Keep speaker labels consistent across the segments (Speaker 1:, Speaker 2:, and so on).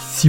Speaker 1: Si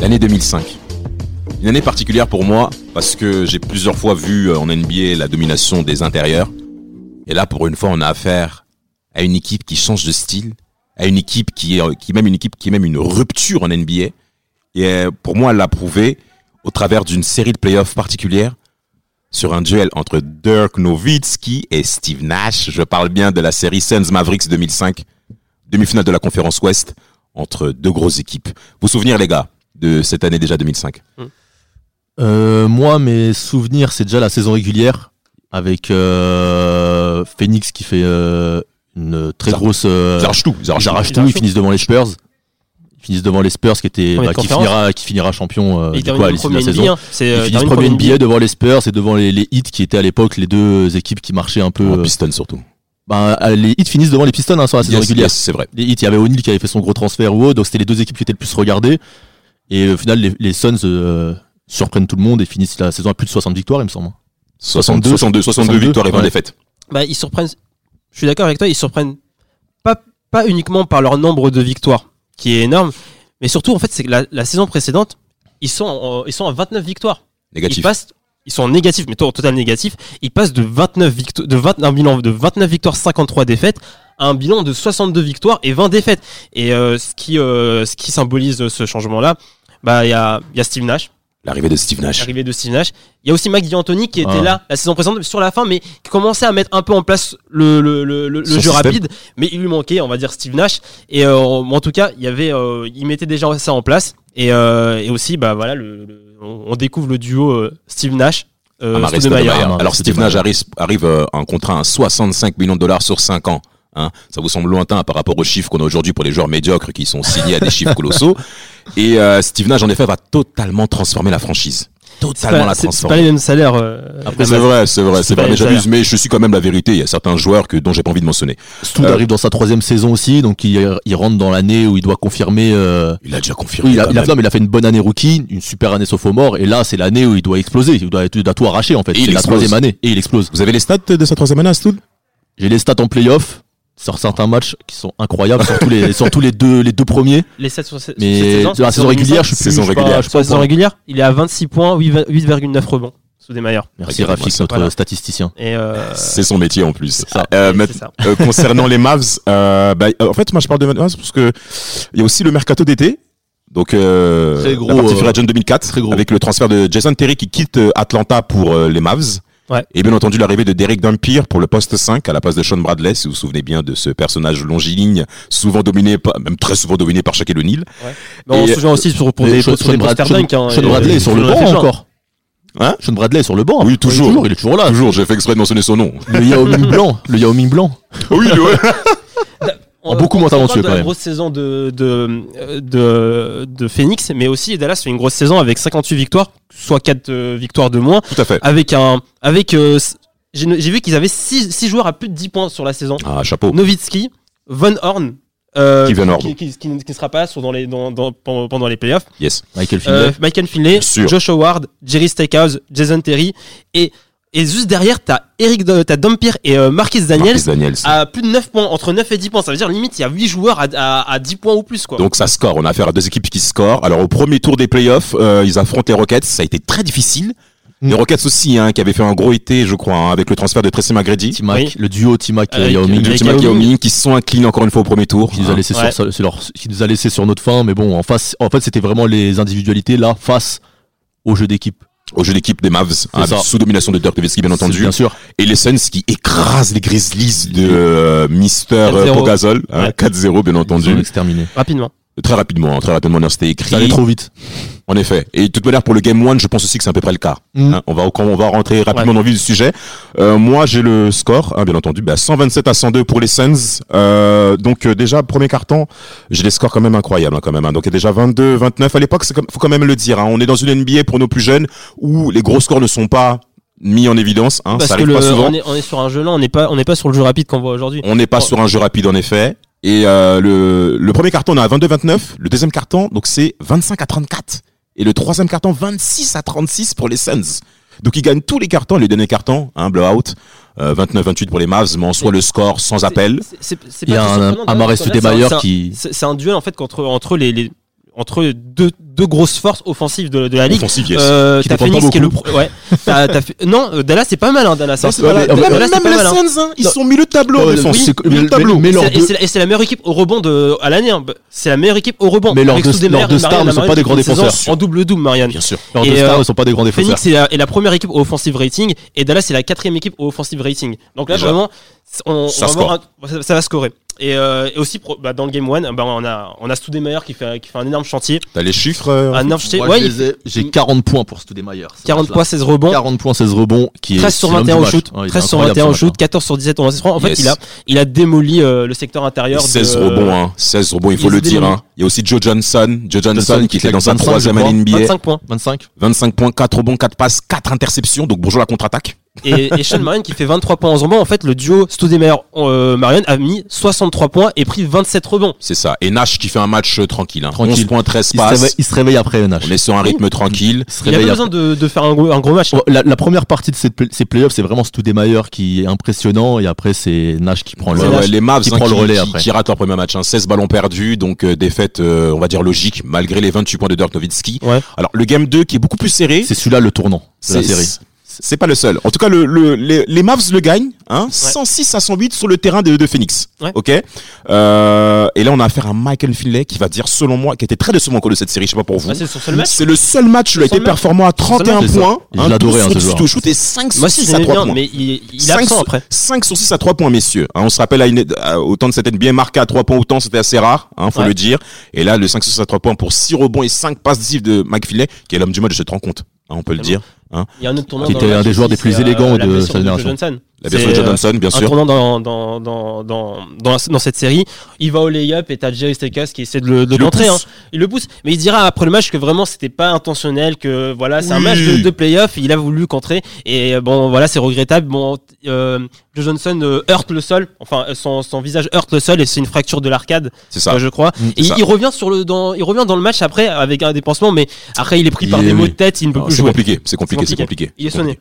Speaker 2: L'année 2005. Une année particulière pour moi parce que j'ai plusieurs fois vu euh, en NBA la domination des intérieurs. Et là, pour une fois, on a affaire à une équipe qui change de style, à une équipe qui est, euh, qui est même une équipe qui est même une rupture en NBA. Et euh, pour moi, elle l'a prouvé au travers d'une série de playoffs particulière sur un duel entre Dirk Nowitzki et Steve Nash. Je parle bien de la série Suns Mavericks 2005, demi-finale de la conférence Ouest entre deux grosses équipes. Vous souvenir, les gars, de cette année déjà 2005
Speaker 3: Euh, moi, mes souvenirs, c'est déjà la saison régulière avec euh, Phoenix qui fait euh, une très
Speaker 2: Zar-
Speaker 3: grosse. Euh,
Speaker 2: Ils arrachent tout. Ils arrachent
Speaker 3: ils
Speaker 2: tout.
Speaker 3: arrachent tout, ils finissent devant les Spurs. Ils finissent devant les Spurs qui était
Speaker 4: Premier de
Speaker 3: bah, qui
Speaker 4: conférence.
Speaker 3: finira qui finira champion euh,
Speaker 4: il
Speaker 3: du coup,
Speaker 4: termine
Speaker 3: à l'issue de
Speaker 4: premier
Speaker 3: la saison.
Speaker 4: NBA. hein. C'est
Speaker 3: Ils
Speaker 4: euh,
Speaker 3: finissent
Speaker 4: termine
Speaker 3: premier
Speaker 4: premier
Speaker 3: NBA devant les Spurs et devant les, les Heat qui étaient à l'époque les deux équipes qui marchaient un peu.
Speaker 2: En
Speaker 3: euh,
Speaker 2: Piston surtout.
Speaker 3: bah, les Heat finissent devant les Pistons hein, sur la saison
Speaker 2: Yes,
Speaker 3: régulière.
Speaker 2: yes, c'est vrai.
Speaker 3: Les Heat, il y avait O'Neal qui avait fait son gros transfert ou autre, donc c'était les deux équipes qui étaient le plus regardées. Et au final, les, les Suns euh, surprennent tout le monde et finissent la saison à plus de 60 victoires, il me semble. hein.
Speaker 2: 62, 62, 62 victoires et 20
Speaker 3: ouais.
Speaker 2: défaites.
Speaker 4: Bah, ils surprennent. Je suis d'accord avec toi, ils surprennent pas, pas uniquement par leur nombre de victoires, qui est énorme, mais surtout, en fait, c'est que la, la saison précédente, ils sont, en- ils sont à 29 victoires. Ils
Speaker 2: Négatif.
Speaker 4: passent. Ils sont en négatif, mais toi, en total négatif. Ils passent de 29 victoires, de 20 un bilan de 29 victoires, 53 défaites, à un bilan de 62 victoires et 20 défaites. Et euh, ce qui, euh, ce qui symbolise euh, ce changement-là, bah, il y a, il y a Steve Nash,
Speaker 2: L'arrivée de Steve Nash.
Speaker 4: l'arrivée de Steve Nash. Il y a aussi Mike D'Antoni qui était
Speaker 3: Ah.
Speaker 4: là la saison précédente sur la fin, mais qui commençait à mettre un peu en place le, le, le, le- le
Speaker 2: Son
Speaker 4: jeu
Speaker 2: système.
Speaker 4: rapide. Mais il lui manquait, on va dire, Steve Nash. Et euh, en tout cas, il y avait, euh, il mettait déjà ça en place. Et, euh, et aussi, bah voilà, le, le- on on découvre le duo euh, Steve Nash. Euh,
Speaker 2: Amaris
Speaker 4: Stoudemire.
Speaker 2: Stoudemire.
Speaker 3: Amaris
Speaker 2: Alors Steve
Speaker 3: Ah, Stoudemire.
Speaker 2: Nash arrive, arrive euh, en contrat à 65 millions de dollars sur 5 ans. Hein, ça vous semble lointain par rapport aux chiffres qu'on a aujourd'hui pour les joueurs médiocres qui sont signés à des chiffres colossaux. Et euh, Steve Nash, en effet, va totalement transformer la franchise.
Speaker 4: C'est
Speaker 2: Totalement
Speaker 4: pas,
Speaker 2: la
Speaker 4: c'est- c'est pas
Speaker 2: transformer.
Speaker 4: les mêmes salaires. euh,
Speaker 2: Après,
Speaker 4: la
Speaker 2: c'est
Speaker 4: base.
Speaker 2: vrai, c'est vrai,
Speaker 4: c'est
Speaker 2: c'est
Speaker 4: pas
Speaker 2: vrai, mais
Speaker 4: les salaires.
Speaker 2: j'abuse, mais je suis quand même la vérité. Il y a certains joueurs que, dont j'ai pas envie de mentionner.
Speaker 3: Stoud
Speaker 2: Euh,
Speaker 3: arrive dans sa troisième saison aussi, donc il, il rentre dans l'année où il doit confirmer. euh,
Speaker 2: Il a déjà confirmé.
Speaker 3: oui, il a,
Speaker 2: quand
Speaker 3: il a-
Speaker 2: même.
Speaker 3: non, mais il a fait une bonne année rookie, une super année sophomore, et là c'est l'année où il doit exploser, il doit, il doit tout arracher en fait.
Speaker 2: Et il
Speaker 3: C'est la
Speaker 2: explose.
Speaker 3: troisième année et il explose.
Speaker 2: Vous avez les stats de sa troisième année, Stoud
Speaker 3: J'ai les stats en playoff sur certains matchs qui sont incroyables, surtout les, surtout les deux, les deux premiers.
Speaker 4: Les 7 sur 7
Speaker 3: Mais
Speaker 4: saison,
Speaker 3: sur la saison régulière, je suis plus.
Speaker 2: Saison
Speaker 3: je suis pas-
Speaker 2: régulière.
Speaker 3: je suis
Speaker 4: Sur
Speaker 3: pas
Speaker 4: la
Speaker 3: au
Speaker 4: saison
Speaker 3: point.
Speaker 4: régulière, il est à 26 points, 8,9 8,9 rebonds sous des meilleurs.
Speaker 3: Merci
Speaker 2: Regardez-moi
Speaker 3: Rafik,
Speaker 2: ça.
Speaker 3: notre
Speaker 4: Voilà.
Speaker 3: statisticien.
Speaker 4: Et euh,
Speaker 2: C'est son métier en plus.
Speaker 3: C'est ça.
Speaker 2: Euh,
Speaker 4: et
Speaker 2: maintenant-
Speaker 4: c'est ça.
Speaker 2: Euh, concernant les Mavs, euh, bah, euh, en fait, moi, je parle de Mavs parce que il y a aussi le mercato d'été. Donc, euh,
Speaker 3: Très gros,
Speaker 2: la partie
Speaker 3: euh,
Speaker 2: free agent 2004,
Speaker 3: très gros.
Speaker 2: avec le transfert de Jason Terry qui quitte euh, Atlanta pour euh, les Mavs.
Speaker 4: Ouais.
Speaker 2: Et bien entendu, l'arrivée de Derek Dampier pour le poste 5 à la place de Sean Bradley, si vous vous souvenez bien de ce personnage longiligne, souvent dominé, par, même très souvent dominé par Shaquille O'Neal.
Speaker 4: Mais on
Speaker 2: Et-
Speaker 4: se souvient aussi sur, pour
Speaker 3: Mais
Speaker 4: des,
Speaker 3: Sean-
Speaker 4: pour des
Speaker 3: Sean Brad-
Speaker 4: posters
Speaker 3: Sean-
Speaker 4: dunk, hein,
Speaker 3: Sean
Speaker 4: et-
Speaker 3: Bradley
Speaker 4: et-
Speaker 3: est sur le
Speaker 4: et-
Speaker 3: banc
Speaker 4: et-
Speaker 3: encore.
Speaker 2: Hein
Speaker 3: Sean Bradley est sur le banc.
Speaker 2: Oui,
Speaker 3: Ouais,
Speaker 2: toujours.
Speaker 3: Il est toujours là.
Speaker 2: Toujours, j'ai fait exprès de mentionner son nom.
Speaker 3: Le Yao Ming blanc. Le Yao Ming blanc.
Speaker 2: oui, le- ouais.
Speaker 3: En beaucoup
Speaker 4: on
Speaker 3: moins
Speaker 4: parle
Speaker 3: talentueux,
Speaker 4: de
Speaker 3: quand
Speaker 4: la
Speaker 3: même.
Speaker 4: grosse saison de, de, euh, de, de Phoenix, mais aussi Dallas fait une grosse saison avec 58 victoires, soit 4 victoires de moins,
Speaker 2: tout à fait.
Speaker 4: avec un. Avec, euh, s- J'ai j'ai vu qu'ils avaient 6, joueurs à plus de 10 points sur la saison.
Speaker 2: Ah,
Speaker 3: Oh.
Speaker 2: chapeau.
Speaker 4: Nowitzki, Von Horn. euh,
Speaker 2: Qui Von Horn.
Speaker 4: qui, qui- qui ne qui ne sera pas là sur- dans les, dans, dans- pendant pendant les playoffs.
Speaker 2: Yes.
Speaker 3: Michael
Speaker 4: Euh,
Speaker 3: Finlay.
Speaker 4: Michael Finlay,
Speaker 2: Bien sûr.
Speaker 4: Josh Howard, Jerry Stackhouse, Jason Terry et, et juste derrière t'as Eric Do- t'as Dampier et euh, Marquis Daniels
Speaker 2: Marcus Daniels.
Speaker 4: à plus de 9 points entre 9 et 10 points ça veut dire limite il y a 8 joueurs à, à, à 10 points ou plus quoi.
Speaker 2: Donc ça score, on a affaire à deux équipes qui scorent. Alors au premier tour des playoffs, euh, ils affrontent les Rockets, ça a été très difficile.
Speaker 3: Mm.
Speaker 2: Les Rockets aussi, hein, qui avaient fait un gros été, je crois, hein, avec le transfert de Tracy McGrady,
Speaker 3: T-Mac,
Speaker 4: oui.
Speaker 3: Le duo T-Mac
Speaker 4: Avec-
Speaker 3: et Yao
Speaker 2: du
Speaker 3: Ming.
Speaker 4: avec-
Speaker 2: Team
Speaker 4: Yao
Speaker 2: Yao
Speaker 4: Ming.
Speaker 2: Ming, qui se sont inclinés encore une fois au premier tour.
Speaker 3: Qui nous, a laissé
Speaker 4: Ouais.
Speaker 3: sur, sa- c'est leur- qui nous a laissé sur notre fin, mais bon, en face, en fait, c'était vraiment les individualités là face au jeu d'équipe.
Speaker 2: Au jeu d'équipe des Mavs, hein,
Speaker 3: ça.
Speaker 2: sous domination de Dirk Nowitzki bien
Speaker 3: C'est
Speaker 2: entendu,
Speaker 3: Bien sûr.
Speaker 2: et les Suns qui écrasent les Grizzlies de euh, Mister euh,
Speaker 4: 4-0.
Speaker 2: Pogazol, hein,
Speaker 4: Ouais.
Speaker 2: 4-0 bien
Speaker 3: Ils ont
Speaker 2: entendu.
Speaker 3: exterminé.
Speaker 4: rapidement.
Speaker 2: Très rapidement, hein, très rapidement, non, c'était écrit.
Speaker 3: Ça allait trop vite.
Speaker 2: En effet. Et de toute manière, pour le Game One, je pense aussi que c'est à peu près le cas.
Speaker 3: Mm.
Speaker 2: Hein, on, va, quand on va rentrer rapidement
Speaker 4: Ouais.
Speaker 2: dans le vif du sujet. Euh, moi, j'ai le score, hein, bien entendu, bah, 127 à 102 pour les Suns. Euh, donc euh, déjà, premier carton, j'ai des scores quand même incroyables, hein, quand même. hein. Donc déjà 22, 29. À l'époque, c'est comme- faut quand même le dire. hein, on est dans une NBA pour nos plus jeunes où les gros scores ne sont pas mis en évidence. Hein,
Speaker 4: Parce
Speaker 2: ça
Speaker 4: que
Speaker 2: arrive pas
Speaker 4: le-
Speaker 2: souvent.
Speaker 4: on, est, on est sur un jeu lent, on n'est pas, on n'est pas sur le jeu rapide qu'on voit aujourd'hui.
Speaker 2: On n'est pas
Speaker 4: Oh.
Speaker 2: sur un jeu rapide en effet. Et euh, le, le premier carton, on est à 22-29. Le deuxième carton, donc c'est 25 à 34. Et le troisième carton, 26 à 36 pour les Suns. Donc ils gagnent tous les cartons. Le dernier carton, un blowout, euh, 29-28 pour les Mavs, mais en soit le score sans appel.
Speaker 4: C'est- c'est- c'est- c'est
Speaker 3: Il y
Speaker 4: pas
Speaker 3: a
Speaker 4: tout
Speaker 3: un,
Speaker 4: surprenant, quand
Speaker 3: un
Speaker 4: même,
Speaker 3: Mares
Speaker 4: parce que là, c'est un-
Speaker 3: Adebayor
Speaker 4: c'est un-
Speaker 3: qui.
Speaker 4: C'est c'est un duel en fait contre, entre les, les- entre deux, deux grosses forces offensives de, de la ligue.
Speaker 2: Offensif, yes.
Speaker 4: Euh,
Speaker 3: Qui
Speaker 4: t'as
Speaker 3: dépendent pas
Speaker 4: Phoenix qui est le
Speaker 3: beaucoup.
Speaker 4: pro- ouais. T'as- t'as fait- Non, euh, Dallas c'est pas mal hein, Dallas. hein.
Speaker 2: Mais c'est pas
Speaker 4: Ouais,
Speaker 2: la-
Speaker 4: Dallas,
Speaker 2: même
Speaker 4: c'est pas
Speaker 2: même les
Speaker 4: mal, hein.
Speaker 2: Suns, hein, ils sont milieu de tableau. en
Speaker 3: Ouais,
Speaker 2: défense.
Speaker 3: oui,
Speaker 2: C'est
Speaker 3: mais-
Speaker 2: milieu de tableau.
Speaker 3: mais- mais
Speaker 4: C'est-
Speaker 3: leurs
Speaker 4: et
Speaker 3: deux-
Speaker 4: c'est la- Et c'est la meilleure équipe au rebond de, à l'année. hein. C'est la meilleure équipe au rebond.
Speaker 3: Mais leurs
Speaker 4: Avec
Speaker 3: deux-
Speaker 4: Stoudemire,
Speaker 3: leurs deux stars ne
Speaker 4: Marianne
Speaker 3: sont pas des grands
Speaker 4: Marianne, saison
Speaker 3: défenseurs.
Speaker 4: En double double, Marianne.
Speaker 2: Bien sûr.
Speaker 3: Leurs
Speaker 4: Et,
Speaker 3: deux
Speaker 4: euh,
Speaker 3: stars ne sont pas des grands défenseurs.
Speaker 4: Phoenix est la, est la première équipe au offensive rating et Dallas est la quatrième équipe au offensive rating. Donc là
Speaker 2: Déjà.
Speaker 4: vraiment, c'est- on,
Speaker 2: Ça
Speaker 4: on va voir un- ça, ça va scorer. Et, euh, et aussi pro- bah, dans le game one, bah, on a on a Stoudemire qui fait qui fait un énorme chantier.
Speaker 2: T'as les chiffres euh,
Speaker 4: Un énorme chantier. Ouais, il-
Speaker 3: J'ai 40 points pour Stoudemire.
Speaker 4: 40 points, 16 rebonds.
Speaker 3: 40 points, 16 rebonds. Qui est
Speaker 4: 13 sur
Speaker 3: c'est l'homme
Speaker 4: 21
Speaker 3: du
Speaker 4: au
Speaker 3: match.
Speaker 4: shoot,
Speaker 3: Ouais, il est
Speaker 4: 13 sur
Speaker 3: incroyable,
Speaker 4: 21
Speaker 3: ce hein.
Speaker 4: au
Speaker 3: match,
Speaker 4: shoot, 14 sur 17 en 11 En fait,
Speaker 2: Yes.
Speaker 4: il a, il a démoli euh, le secteur intérieur. de-
Speaker 2: 16 rebonds, hein. 16 rebonds, il faut
Speaker 4: Yes,
Speaker 2: le
Speaker 4: des
Speaker 2: dire.
Speaker 4: noms.
Speaker 2: hein. Il y a aussi Joe Johnson, Joe Johnson
Speaker 3: Johnson
Speaker 2: qui
Speaker 3: qui
Speaker 2: était
Speaker 3: claque
Speaker 2: dans sa
Speaker 3: 25, je
Speaker 2: troisième année
Speaker 3: crois.
Speaker 2: NBA.
Speaker 4: 25 points.
Speaker 3: 25.
Speaker 2: 25 points, 4 rebonds, 4 passes, 4 interceptions. Donc bonjour la contre-attaque.
Speaker 4: Et, et Sean Marion qui fait 23 points en rebonds. En fait, le duo Stoudemire euh, Marion a mis 63 points et pris 27 rebonds.
Speaker 2: C'est ça. Et Nash qui fait un match euh, tranquille. Hein.
Speaker 3: Tranquille.
Speaker 2: 11 points, 13
Speaker 3: Il se, réveille, Mmh.
Speaker 2: passes.
Speaker 3: il se réveille après NH.
Speaker 2: On est sur un rythme tranquille.
Speaker 3: Il se
Speaker 4: Il a pas
Speaker 3: réveille
Speaker 4: besoin de, de faire un gros, un gros match.
Speaker 3: après. La, la première partie de ces, pl- ces playoffs, c'est vraiment Stoudemire qui est impressionnant et après c'est Nash qui prend le.
Speaker 2: Ouais, ouais, les Mavs
Speaker 3: qui
Speaker 2: hein,
Speaker 3: prend le
Speaker 2: qui-
Speaker 3: relais
Speaker 2: qui-
Speaker 3: après.
Speaker 2: qui ratent leur premier match. hein. 16 ballons perdus, donc euh, défaite, euh, on va dire logique, malgré les 28 points de Dirk Nowitzki.
Speaker 4: Ouais.
Speaker 2: Alors le game 2 qui est beaucoup plus serré.
Speaker 3: C'est celui-là le tournant de la
Speaker 2: c'est-
Speaker 3: série.
Speaker 2: C'est pas le seul. En tout cas, le, le- les, les Mavs le gagnent, hein, 106 à 108 sur le terrain de, de Phoenix.
Speaker 4: Ouais.
Speaker 2: Ok. Euh, et là, on a affaire à Michael Finlay qui va dire, selon moi, qui était très décevant au cours de cette série. Je sais pas pour vous.
Speaker 4: Ah, c'est sur seul match.
Speaker 2: C'est le seul match où il a été
Speaker 4: Seul match.
Speaker 2: performant à
Speaker 4: Seul
Speaker 2: 31
Speaker 3: match, c'est ça.
Speaker 2: points.
Speaker 3: Je l'adorais, hein, ce joueur.
Speaker 2: Tout shoot et 5
Speaker 4: Moi
Speaker 2: sur
Speaker 4: aussi,
Speaker 2: 6
Speaker 4: je
Speaker 2: à
Speaker 4: l'aimais
Speaker 2: 3
Speaker 4: bien,
Speaker 2: points.
Speaker 4: mais il, il est
Speaker 2: Cinq
Speaker 4: absent
Speaker 2: sur-
Speaker 4: après.
Speaker 2: 5 sur 6 à 3 points, messieurs. Hein, on se rappelle à une, à- au temps de cette NBA, marqué à 3 points autant, c'était assez rare, hein, faut
Speaker 4: Ouais.
Speaker 2: le dire. Et là, le 5 sur 6 à 3 points pour 6 rebonds et 5 passes décisives de McFinley, qui est l'homme du match de cette rencontre. Hein, on peut le
Speaker 4: Tellement.
Speaker 2: dire.
Speaker 4: Il y a un autre tournant.
Speaker 3: Qui
Speaker 4: dans
Speaker 3: était
Speaker 4: le
Speaker 3: un
Speaker 4: match
Speaker 3: des joueurs
Speaker 4: aussi,
Speaker 3: des plus
Speaker 4: c'est, euh,
Speaker 3: élégants
Speaker 4: la
Speaker 3: de
Speaker 4: blessure
Speaker 3: sa
Speaker 4: de
Speaker 3: génération.
Speaker 4: Johnson.
Speaker 2: La version
Speaker 4: C'est,
Speaker 2: de Joe
Speaker 4: euh,
Speaker 2: Johnson, bien
Speaker 4: un
Speaker 2: sûr.
Speaker 4: tournant dans, dans, dans, dans, dans, dans cette série. Il va au lay-up et t'as Jerry Stakas qui essaie de le, de
Speaker 2: Il le
Speaker 4: contrer,
Speaker 2: pousse.
Speaker 4: hein. Il le pousse. Mais il dira après le match que vraiment c'était pas intentionnel, que voilà, c'est un
Speaker 2: Oui.
Speaker 4: match de, de playoff. Il a voulu contrer. Et euh, bon, voilà, c'est regrettable. Bon, euh, Joe Johnson euh, heurte le sol. Enfin, euh, son, son visage heurte le sol et c'est une fracture de l'arcade,
Speaker 2: C'est ça.
Speaker 4: euh, je crois.
Speaker 3: Mm,
Speaker 4: et
Speaker 2: ça.
Speaker 4: il revient sur le, dans, il revient dans le match après avec un dépensement. Mais après, il est pris
Speaker 3: Il
Speaker 4: par
Speaker 3: est-
Speaker 4: des maux
Speaker 3: oui.
Speaker 4: de tête. Il ne peut
Speaker 2: Alors,
Speaker 4: plus
Speaker 2: C'est
Speaker 4: jouer.
Speaker 2: compliqué, c'est compliqué, c'est compliqué.
Speaker 4: Il est sonné.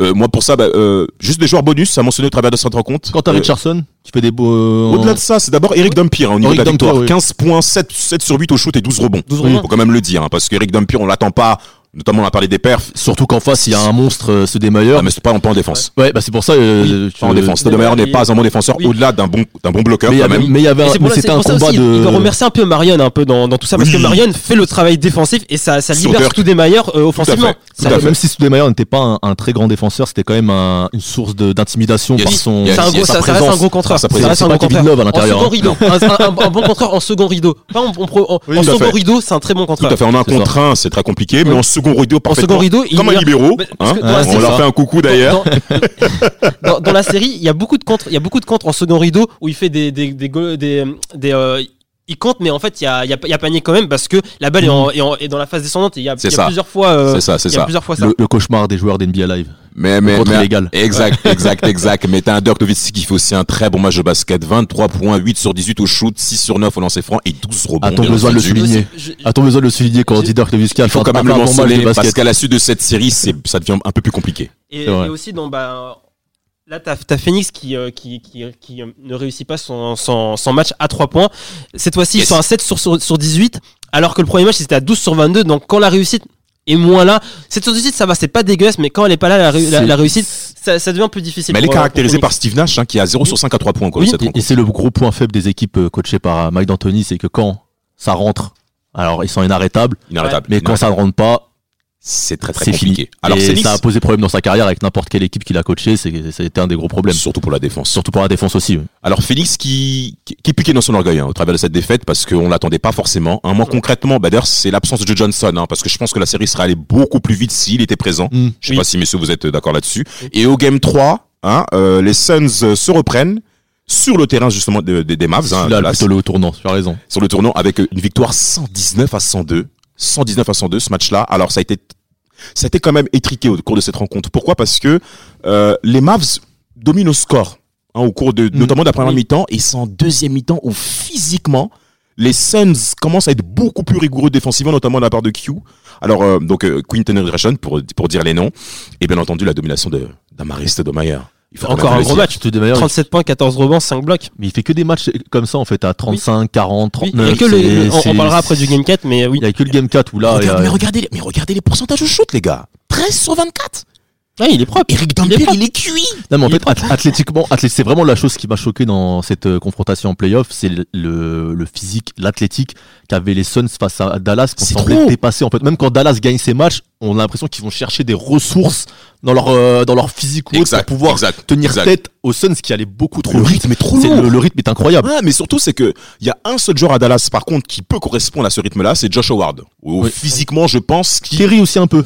Speaker 2: Euh, moi, pour ça, bah, euh, juste des joueurs bonus à mentionner au travers de cette rencontre.
Speaker 3: Quentin
Speaker 2: Euh,
Speaker 3: Richardson qui fait des
Speaker 4: Euh,
Speaker 3: beaux. euh,
Speaker 2: Au-delà de ça, c'est d'abord Eric Dampier hein, au niveau
Speaker 3: Eric
Speaker 2: de la victoire.
Speaker 3: Dampier, oui.
Speaker 2: 15 points, 7, 7 sur 8 au shoot et 12 rebonds.
Speaker 4: 12 rebonds.
Speaker 2: faut quand même le dire, hein, parce qu'Eric Dampier, on l'attend pas, notamment on a parlé des perfs,
Speaker 3: Surtout qu'en face il y a un monstre, euh, ce Demeyer.
Speaker 2: ah, mais c'est pas en, pas en défense.
Speaker 3: Ouais, bah c'est pour ça. euh,
Speaker 2: Pas en
Speaker 3: que-
Speaker 2: défense. Le meilleur n'est pas un bon défenseur
Speaker 4: Oui.
Speaker 2: au-delà d'un bon, d'un bon bloqueur
Speaker 3: Mais il y
Speaker 2: quand
Speaker 3: avait-
Speaker 2: même.
Speaker 3: mais il y avait,
Speaker 4: Et
Speaker 3: un-
Speaker 4: c'est pour
Speaker 3: mais
Speaker 4: là- c'est
Speaker 3: c'était un
Speaker 4: pour ça
Speaker 3: combat
Speaker 4: aussi,
Speaker 3: de.
Speaker 4: Il doit remercier un peu Marion un peu dans, dans tout ça parce
Speaker 2: Oui.
Speaker 4: que Marion fait le travail défensif et ça, ça libère
Speaker 2: Sauteur.
Speaker 4: tout des mailleurs euh, offensivement.
Speaker 2: fait,
Speaker 3: Ça,
Speaker 2: Tout à fait.
Speaker 3: même si Stoudemire n'était pas un, un très grand défenseur, c'était quand même un- une source de- d'intimidation
Speaker 2: Yes,
Speaker 3: par son
Speaker 2: yes,
Speaker 4: C'est un
Speaker 2: yes.
Speaker 4: gros-
Speaker 2: Sa
Speaker 4: ça, ça reste
Speaker 2: présence.
Speaker 4: un gros contreur.
Speaker 2: Sa
Speaker 4: Ça
Speaker 2: présence.
Speaker 4: reste
Speaker 3: C'est
Speaker 4: un
Speaker 3: pas
Speaker 4: gros
Speaker 3: Kevin
Speaker 4: contreur.
Speaker 3: Love à
Speaker 4: En
Speaker 3: l'intérieur,
Speaker 4: second
Speaker 3: hein.
Speaker 4: rideau. Un, un- un bon contreur en second rideau. Pas en, en pro- en-
Speaker 2: Oui,
Speaker 4: en
Speaker 2: tout à
Speaker 4: second
Speaker 2: fait.
Speaker 4: rideau, c'est un très bon
Speaker 2: Tout
Speaker 4: contreur.
Speaker 2: à fait, en un
Speaker 3: C'est ça.
Speaker 2: contre un, c'est très compliqué, mais
Speaker 4: Oui.
Speaker 2: en second rideau,
Speaker 4: En second
Speaker 2: parfaitement.
Speaker 4: rideau, il
Speaker 2: Comme un
Speaker 4: y a-
Speaker 2: libéraux,
Speaker 4: Mais- parce
Speaker 2: hein,
Speaker 4: que dans
Speaker 3: la
Speaker 2: on
Speaker 3: saison-
Speaker 2: leur fait un coucou d'ailleurs.
Speaker 4: Dans, dans- dans la série, il y a beaucoup de contres. Il y a beaucoup de contres en second rideau où il fait des des des, go- des, des, euh, il compte, mais en fait, il y a, il y, a, il y a panier quand même parce que la balle est, en- est en- est dans la phase descendante. et Il y a,
Speaker 2: Mm. C'est
Speaker 4: il y a
Speaker 2: ça.
Speaker 4: plusieurs fois, euh,
Speaker 2: C'est ça, c'est
Speaker 4: il y a
Speaker 2: ça.
Speaker 4: plusieurs fois ça.
Speaker 3: Le, le cauchemar des joueurs d'NBA Live.
Speaker 2: Mais,
Speaker 3: Mais,
Speaker 2: mais,
Speaker 3: contre
Speaker 2: mais-
Speaker 3: illégal.
Speaker 2: Exact, exact, exact. Mais t'as un Dirk Nowitzki qui fait aussi un très bon match de basket. 23 points, 8 sur 18 au shoot, 6 sur 9 au lancer franc et 12 rebonds.
Speaker 3: A-t-on
Speaker 2: bien
Speaker 3: besoin de Ah, le
Speaker 2: entendu.
Speaker 3: souligner
Speaker 4: Je- je-
Speaker 3: A-t-on besoin de le souligner quand on dit Dirk Nowitzki a
Speaker 2: Il faut
Speaker 3: fait
Speaker 2: quand
Speaker 3: un-
Speaker 2: même le
Speaker 3: a fait un bon match de
Speaker 2: mentionner parce
Speaker 3: basket
Speaker 2: qu'à la suite de cette série, c'est, ça devient un peu plus compliqué.
Speaker 4: Et,
Speaker 3: C'est vrai.
Speaker 4: et aussi, dans, bah, là, t'as as Phoenix qui, euh, qui, qui, qui, euh, ne réussit pas son, son, son match à 3 points. Cette fois-ci, ils
Speaker 2: Yes.
Speaker 4: sont à 7 sur, sur, sur 18, alors que le premier match, c'était à 12 sur 22. Donc, quand la réussite est moins là, 7 sur 18, ça va, c'est pas dégueulasse, mais quand elle est pas là, la, réu- la,
Speaker 3: C'est-
Speaker 4: la réussite, ça, ça devient plus difficile.
Speaker 2: Mais elle est
Speaker 4: pour, euh,
Speaker 2: caractérisée
Speaker 4: pour
Speaker 2: par Steve Nash, hein, qui a 0 sur 5 à 3 points, quoi,
Speaker 4: Oui,
Speaker 2: cette
Speaker 3: Et, et
Speaker 2: rencontre.
Speaker 3: c'est le gros point faible des équipes euh, coachées par euh, Mike D'Antoni, c'est que quand ça rentre, alors ils sont inarrêtables,
Speaker 2: Inarrêtable.
Speaker 3: mais quand ça ne rentre pas,
Speaker 2: c'est très très
Speaker 3: C'est fini.
Speaker 2: compliqué. Alors
Speaker 3: Et
Speaker 2: Félix,
Speaker 3: ça a posé problème dans sa carrière avec n'importe quelle équipe qu'il a coaché. c'est- C'était un des gros problèmes.
Speaker 2: surtout pour la défense.
Speaker 3: Surtout pour la défense aussi. oui.
Speaker 2: Alors Félix qui, qui qui est piqué dans son orgueil hein, au travers de cette défaite parce qu'on l'attendait pas forcément. Un mois concrètement, bah, d'ailleurs c'est l'absence de Joe Johnson hein, parce que je pense que la série serait allée beaucoup plus vite s'il était présent.
Speaker 3: Mm.
Speaker 2: Je sais
Speaker 4: Oui.
Speaker 2: pas si messieurs vous êtes d'accord là-dessus.
Speaker 4: Oui.
Speaker 2: Et au game 3, hein, euh, les Suns euh, se reprennent sur le terrain justement de- de- des Mavs, hein,
Speaker 3: Là,
Speaker 2: Dallas,
Speaker 3: plutôt le tournant, tu as raison.
Speaker 2: sur le tournant avec une victoire 119 à 102, 119 à 102 ce match-là. Alors ça a été ça a été quand même étriqué au cours de cette rencontre. Pourquoi Parce que euh, les Mavs dominent au score hein, au cours de notamment de la première
Speaker 4: Mm. Oui.
Speaker 2: mi-temps et c'est en deuxième mi-temps où physiquement les Suns commencent à être beaucoup plus rigoureux défensivement, notamment de la part de Q. Alors euh, donc euh, Quinton Gresham pour pour dire les noms et bien entendu la domination de d'Amaris Stoudemire. Il faut quand
Speaker 4: Encore
Speaker 2: même
Speaker 4: un
Speaker 2: le
Speaker 4: gros
Speaker 2: dire.
Speaker 4: match.
Speaker 3: Tout de manière,
Speaker 4: 37 points, 14 rebonds, 5 blocs.
Speaker 3: Mais il fait que des matchs euh, comme ça en fait à 35, 40,
Speaker 4: Oui,
Speaker 3: 39.
Speaker 4: il y a que le-
Speaker 3: c'est-
Speaker 4: le- on, on
Speaker 3: c'est-
Speaker 4: parlera après du Game 4, mais oui.
Speaker 3: Il y a que le game 4 où là. il y a-
Speaker 2: Regarde- mais regardez les- mais regardez les pourcentages au shoot les gars. 13 sur 24.
Speaker 4: Ah, il est propre.
Speaker 2: Eric
Speaker 4: Il est
Speaker 2: Dampier,
Speaker 4: propre.
Speaker 2: il est cuit.
Speaker 3: Non mais en
Speaker 4: il est
Speaker 3: fait ath- athlétiquement, athlé- c'est vraiment la chose qui m'a choqué dans cette euh, confrontation en playoff, c'est le, le, le physique, l'athlétique qu'avaient les Suns face à Dallas qu'on
Speaker 2: C'est
Speaker 3: semblait
Speaker 2: trop.
Speaker 3: dépasser en fait. Même quand Dallas gagne ses matchs, on a l'impression qu'ils vont chercher des ressources dans leur euh, dans leur physique ou autre pour pouvoir
Speaker 2: exact,
Speaker 3: tenir
Speaker 2: exact.
Speaker 3: tête aux Suns qui allaient beaucoup trop
Speaker 2: Le
Speaker 3: vite.
Speaker 2: rythme est trop
Speaker 3: C'est-
Speaker 2: lourd.
Speaker 3: Le, le rythme est incroyable.
Speaker 2: Ouais, mais surtout, c'est que il y a un seul joueur à Dallas, par contre, qui peut correspondre à ce rythme-là, c'est Josh Howard. Où
Speaker 3: Oui.
Speaker 2: Physiquement, je pense qu'il.
Speaker 3: Terry aussi un peu.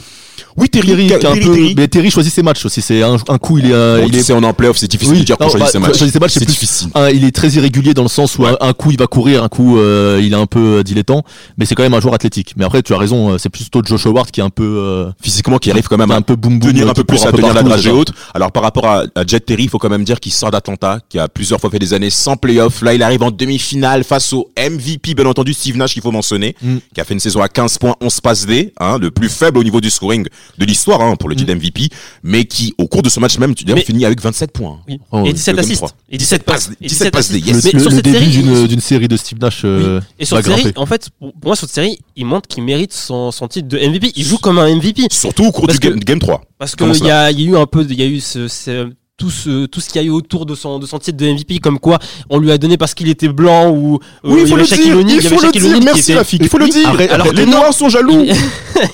Speaker 2: Oui, Terry,
Speaker 3: Terry, qui est un
Speaker 2: Terry,
Speaker 3: peu-
Speaker 2: Terry.
Speaker 3: mais Terry choisit ses matchs aussi. C'est un, un coup il est, euh,
Speaker 2: On
Speaker 3: il
Speaker 2: le
Speaker 3: est
Speaker 2: sait, on euh, est en playoff, c'est difficile
Speaker 3: Oui,
Speaker 2: de dire qu'on
Speaker 3: non,
Speaker 2: choisit
Speaker 3: bah,
Speaker 2: ses matchs.
Speaker 3: choisir ses matchs, c'est plus-
Speaker 2: difficile.
Speaker 3: Un, il est très irrégulier dans le sens où un- un, coup il va courir, un coup euh, il est un peu euh, dilettant, mais c'est quand même un joueur athlétique. Mais après tu as raison, euh, c'est plutôt Josh Howard qui est un peu euh,
Speaker 2: Physiquement, qui arrive quand même à
Speaker 3: un peu boom boom,
Speaker 2: tenir
Speaker 3: euh,
Speaker 2: un peu
Speaker 3: qui court
Speaker 2: plus à tenir la
Speaker 3: partout,
Speaker 2: dragée
Speaker 3: c'est ça.
Speaker 2: haute. Alors, par rapport à, à Jet Terry, il faut quand même dire qu'il sort d'Atlanta, qui a plusieurs fois fait des années sans playoff. Là, il arrive en demi-finale face au MVP, bien entendu, Steve Nash, qu'il faut mentionner,
Speaker 3: Mm.
Speaker 2: qui a fait une saison à 15 points, 11 passes D, hein, le plus faible au niveau du scoring de l'histoire, hein, pour le
Speaker 3: Mm.
Speaker 2: titre MVP, mais qui, au cours de ce match même, tu dis,
Speaker 4: Mais-
Speaker 2: finit avec 27 points.
Speaker 4: Oui.
Speaker 3: Oh,
Speaker 4: et
Speaker 3: oui,
Speaker 4: 17
Speaker 2: le Game
Speaker 4: assists.
Speaker 2: 3.
Speaker 4: Et 17 passes.
Speaker 2: passes-
Speaker 4: Et
Speaker 2: 17 passes des-
Speaker 3: Le,
Speaker 2: yes.
Speaker 4: Mais
Speaker 3: le-
Speaker 4: sur
Speaker 3: le
Speaker 4: cette
Speaker 3: début
Speaker 4: série,
Speaker 3: d'une d'une série de Steve Nash euh,
Speaker 4: Et sur
Speaker 3: va
Speaker 4: cette série,
Speaker 3: grimper.
Speaker 4: en fait, pour pour moi, sur cette série, il montre qu'il mérite son, son titre de MVP. Il joue comme un MVP.
Speaker 2: Surtout au cours
Speaker 4: Parce
Speaker 2: du game, game 3.
Speaker 4: Parce qu'il
Speaker 2: Comment
Speaker 4: y a, il y a eu un peu, de- il y a eu ce, ce- tout ce, tout ce qu'il y a eu autour de son, de son titre de MVP, comme quoi on lui a donné parce qu'il était blanc ou, ou il y avait Shaquille O'Neal, il y avait Shaquille O'Neal qui était-
Speaker 2: fille, il faut le dire.
Speaker 3: Après-
Speaker 4: alors que non.
Speaker 2: noirs sont jaloux.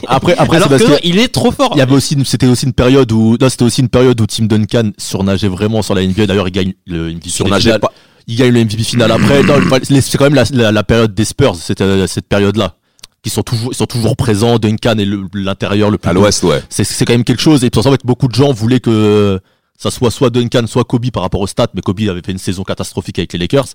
Speaker 3: Après, après
Speaker 4: Alors
Speaker 3: c'est parce
Speaker 4: que
Speaker 3: que
Speaker 4: non, il est trop fort.
Speaker 3: il y avait aussi une- c'était aussi une période où là c'était aussi une période où Tim Duncan surnageait vraiment sur la NBA. D'ailleurs il gagne le MVP
Speaker 2: Surnageait
Speaker 3: final.
Speaker 2: pas.
Speaker 3: il gagne le MVP final après. Non, le- c'est quand même la, la- la période des Spurs, cette, euh, cette période-là. Qui sont toujours, ils sont toujours présents. Duncan est le- l'intérieur le, plus.
Speaker 2: À l'ouest, ouais.
Speaker 3: C'est, c'est quand même quelque chose. Et puis, en fait, beaucoup de gens voulaient que ça soit soit Duncan, soit Kobe par rapport aux stats. Mais Kobe avait fait une saison catastrophique avec les Lakers.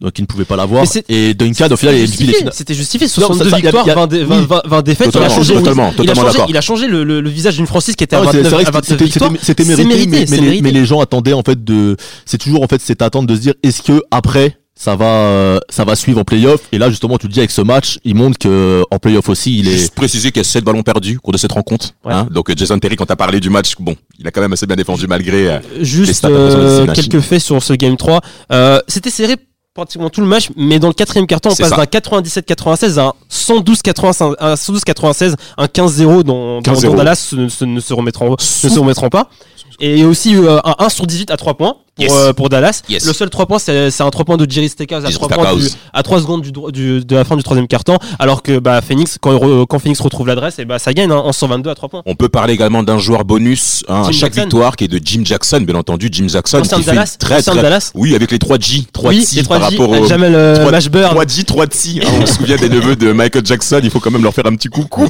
Speaker 3: Donc, il ne pouvait pas l'avoir.
Speaker 4: Mais c'est-
Speaker 3: Et Duncan, au final, il est MVP des
Speaker 4: justifié.
Speaker 3: finales.
Speaker 4: C'était justifié.
Speaker 3: Non, ça-
Speaker 4: 62
Speaker 3: ça- y a-
Speaker 4: victoires,
Speaker 3: y a-
Speaker 4: 20, dé- 20,
Speaker 3: oui.
Speaker 4: 20, 20 défaites. Il a
Speaker 2: Totalement,
Speaker 4: changé,
Speaker 2: totalement,
Speaker 4: il a
Speaker 2: totalement
Speaker 4: changé,
Speaker 2: d'accord.
Speaker 4: il a changé le, le- le visage d'une Francis qui était à
Speaker 3: Ouais, c'est-
Speaker 4: 29,
Speaker 3: c'est vrai
Speaker 4: à
Speaker 3: que
Speaker 4: 29
Speaker 3: c'était-
Speaker 4: victoires.
Speaker 3: c'était- c'était
Speaker 4: C'est
Speaker 3: mérité,
Speaker 4: mérité,
Speaker 3: mais-
Speaker 4: c'est
Speaker 3: mais, les,
Speaker 4: mérité.
Speaker 3: mais les gens attendaient en fait de. C'est toujours en fait cette attente de se dire est-ce que après ça va euh, ça va suivre en playoff et là justement tu le dis avec ce match il montre que en playoff aussi il est
Speaker 2: Juste préciser qu'il y a 7 ballons perdus au cours de cette rencontre.
Speaker 4: Ouais.
Speaker 2: hein. Donc, euh, Jason Terry, quand t'as parlé du match, bon, il a quand même assez bien défendu malgré. euh, Les
Speaker 4: Juste
Speaker 2: stats, attention,
Speaker 4: euh,
Speaker 2: c'est la Chine.
Speaker 4: quelques faits sur ce Game 3. Euh, C'était serré pratiquement tout le match, mais dans le quatrième carton, on
Speaker 2: C'est
Speaker 4: passe
Speaker 2: ça.
Speaker 4: d'un 97-96 à un 112-96, un 112-96, un 15-0 dont, dont-
Speaker 2: 15-0.
Speaker 4: dont Dallas se- se- ne se remettront, ne se remettront pas. Et aussi euh, un 1 sur 18 à 3 points pour,
Speaker 2: Yes.
Speaker 4: euh, pour Dallas.
Speaker 2: Yes.
Speaker 4: Le seul 3 points, c'est c'est un 3 points de Jerry Stackhouse à
Speaker 2: Jerry
Speaker 4: 3 points du-
Speaker 2: Stackhouse.
Speaker 4: à 3 secondes du, dro- du- de la fin du troisième carton, alors que bah, Phoenix, quand, re- quand Phoenix retrouve l'adresse, et bah, ça gagne hein, en 122 à 3 points.
Speaker 2: On peut parler également d'un joueur bonus hein, à
Speaker 4: Jim
Speaker 2: chaque
Speaker 4: Jackson.
Speaker 2: victoire qui est de Jim Jackson, bien entendu. Jim Jackson
Speaker 4: L'ancien
Speaker 2: qui
Speaker 4: de
Speaker 2: fait une
Speaker 4: Dallas,
Speaker 2: très,
Speaker 4: l'ancien de
Speaker 2: très-
Speaker 4: Dallas.
Speaker 2: Oui, avec les 3J, 3
Speaker 4: Oui,
Speaker 2: T
Speaker 4: les
Speaker 2: par
Speaker 4: 3J
Speaker 2: rapport
Speaker 4: avec
Speaker 2: au
Speaker 4: Jamel euh,
Speaker 2: trois-
Speaker 4: Mashburn.
Speaker 2: 3J, 3T. hein, on se souvient des neveux de Michael Jackson. Il faut quand même leur faire un petit coucou.